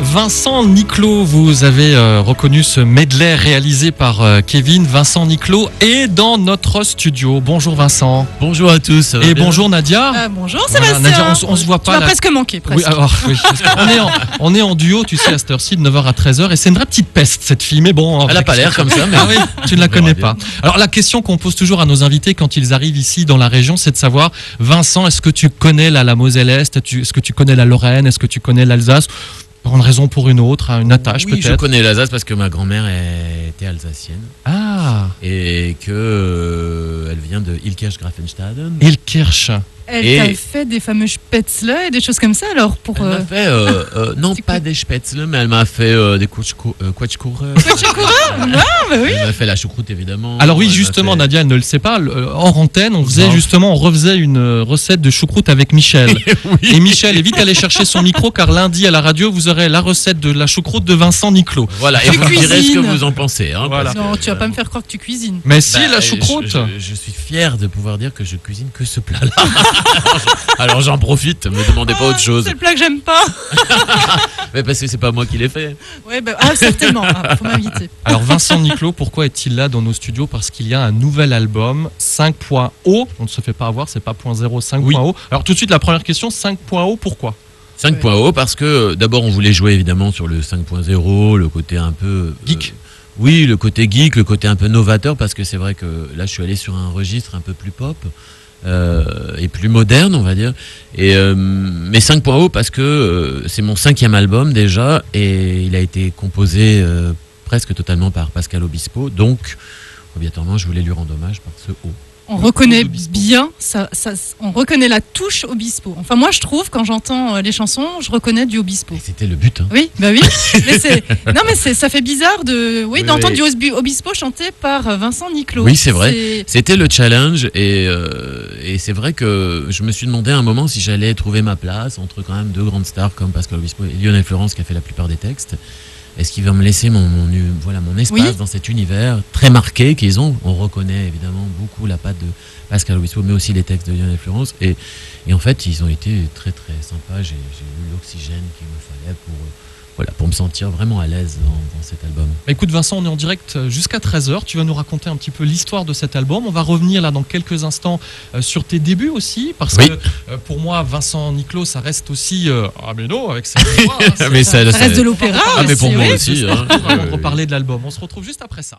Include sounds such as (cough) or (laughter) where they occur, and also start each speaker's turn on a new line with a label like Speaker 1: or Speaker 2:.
Speaker 1: Vincent Niclot, vous avez euh, reconnu ce medley réalisé par euh, Kevin. Vincent Niclot est dans notre studio. Bonjour Vincent.
Speaker 2: Bonjour à tous. ça va
Speaker 1: Et
Speaker 2: bien
Speaker 1: bonjour Nadia.
Speaker 3: Euh, bonjour
Speaker 1: Voilà,
Speaker 3: Sébastien.
Speaker 1: Nadia, on s- on se voit
Speaker 3: Tu
Speaker 1: pas,
Speaker 3: m'as
Speaker 1: là.
Speaker 3: presque manqué.
Speaker 1: Oui,
Speaker 3: Presque.
Speaker 1: alors, oui, parce qu'on est en, on est en duo, tu sais, à cette heure-ci, de 9h à 13h, et c'est une vraie petite peste, cette fille, mais bon. en
Speaker 2: Elle a
Speaker 1: vrai,
Speaker 2: pas l'air comme ça, mais. (laughs)
Speaker 1: Ah oui, tu ne la
Speaker 2: On verra
Speaker 1: connais
Speaker 2: bien.
Speaker 1: pas. Alors la question qu'on pose toujours à nos invités quand ils arrivent ici dans la région, c'est de savoir, Vincent, est-ce que tu connais la, la Moselle-Est Tu- Est-ce que tu connais la Lorraine Est-ce que tu connais l'Alsace Pour une raison ou pour une autre, à une attache
Speaker 2: Oui, Ah, je
Speaker 1: peut-être.
Speaker 2: connais l'Alsace parce que ma grand-mère était alsacienne
Speaker 1: Ah,
Speaker 2: et que euh, elle vient de Ilkirch-Grafenstaden.
Speaker 1: Ilkirch.
Speaker 2: Oh,
Speaker 3: Elle
Speaker 2: ah, Et-
Speaker 3: t'a fait des fameux spätzle et des choses comme ça alors pour.
Speaker 2: Elle
Speaker 3: euh,
Speaker 2: m'a fait, euh, euh, non
Speaker 3: C'est
Speaker 2: pas
Speaker 3: quoi
Speaker 2: des spätzle, mais elle m'a fait euh, des quatschco- euh, quatschcoureurs.
Speaker 3: bah oui.
Speaker 2: Elle m'a fait la choucroute évidemment.
Speaker 1: Alors oui,
Speaker 2: Elle m'a
Speaker 1: justement,
Speaker 2: fait-
Speaker 1: Nadia, elle ne le sait pas. le- euh, Hors antenne, on faisait
Speaker 2: Non.
Speaker 1: justement, on refaisait une euh, recette de choucroute
Speaker 2: (laughs)
Speaker 1: avec Michel.
Speaker 2: Eh
Speaker 1: Et Michel est vite allé chercher son micro car lundi à la radio, vous aurez la recette de la choucroute de Vincent Niclot.
Speaker 2: Voilà, et
Speaker 3: Tu
Speaker 2: vous me direz ce que
Speaker 3: cuisines.
Speaker 2: vous en pensez. hein,
Speaker 1: Voilà.
Speaker 2: parce
Speaker 3: Non,
Speaker 2: que,
Speaker 3: tu vas pas
Speaker 2: euh,
Speaker 3: me faire croire que tu cuisines.
Speaker 1: Mais si,
Speaker 2: Bah,
Speaker 1: la
Speaker 2: euh,
Speaker 1: choucroute.
Speaker 2: je, je- je suis fier de pouvoir dire que je cuisine que ce plat-là. (laughs) Alors j'en profite, me demandez pas
Speaker 3: Ah,
Speaker 2: autre chose.
Speaker 3: C'est le plat que j'aime pas.
Speaker 2: Mais parce que c'est pas moi qui l'ai fait.
Speaker 3: Ouais, bah, ah, certainement. Ah, faut m'inviter.
Speaker 1: Alors Vincent Niclot, pourquoi est-il là dans nos studios Parce qu'il y a un nouvel album 5.0. On ne se fait pas avoir, c'est pas point .0, 5.0. Alors tout de suite la première question 5.0 pourquoi
Speaker 2: 5.0 parce que euh, d'abord on voulait jouer évidemment sur le 5.0, le côté un peu euh,
Speaker 1: Geek.
Speaker 2: oui, le côté geek, le côté un peu novateur parce que c'est vrai que là je suis allé sur un registre un peu plus pop euh, et plus moderne on va dire. Et euh, mais 5.0 parce que euh, c'est mon cinquième album déjà et il a été composé euh, presque totalement par Pascal Obispo donc obligatoirement je voulais lui rendre hommage par ce haut.
Speaker 3: On
Speaker 1: Le
Speaker 3: reconnaît
Speaker 1: coup d'Obispo.
Speaker 3: bien, ça, ça- on reconnaît la touche Obispo. Enfin, moi, je trouve quand j'entends euh, les chansons, je reconnais du Obispo.
Speaker 2: Et c'était le but. hein.
Speaker 3: Oui, bah
Speaker 2: (laughs)
Speaker 3: oui. mais c'est- non, mais c'est- ça fait bizarre de, oui,
Speaker 2: Oui,
Speaker 3: d'entendre
Speaker 2: oui.
Speaker 3: du Osbu- Obispo chanté par euh, Vincent Niclot.
Speaker 2: Oui, c'est vrai.
Speaker 3: C'est-
Speaker 2: C'était le challenge et, euh, et c'est vrai que je me suis demandé à un moment si j'allais trouver ma place entre quand même deux grandes stars comme Pascal Obispo et Lionel Florence qui a fait la plupart des textes. Est-ce qu'il va me laisser mon, mon u- voilà, mon espace
Speaker 3: Oui.
Speaker 2: dans cet univers très marqué qu'ils ont On reconnaît évidemment beaucoup la patte de Pascal Obispo mais aussi les textes de Lionel Florence et, et en fait ils ont été très très sympas. J'ai j'ai eu l'oxygène qu'il me fallait pour, euh, voilà, pour me sentir vraiment à l'aise dans- dans cet album.
Speaker 1: Bah, Écoute Vincent, on est en direct euh, jusqu'à 13h. Tu vas nous raconter un petit peu l'histoire de cet album. On va revenir là dans quelques instants euh, sur tes débuts aussi parce
Speaker 2: Oui.
Speaker 1: que euh, pour moi Vincent Niclot, ça reste aussi euh, ah mais non avec sa
Speaker 2: (laughs)
Speaker 1: voix, hein, c'est
Speaker 2: Mais
Speaker 1: pas-
Speaker 2: ça-
Speaker 3: Ça reste de l'opéra.
Speaker 2: Ah mais
Speaker 3: aussi,
Speaker 2: pour moi
Speaker 3: oui.
Speaker 2: aussi.
Speaker 1: On
Speaker 2: hein.
Speaker 1: va reparler de l'album. On se retrouve juste après ça.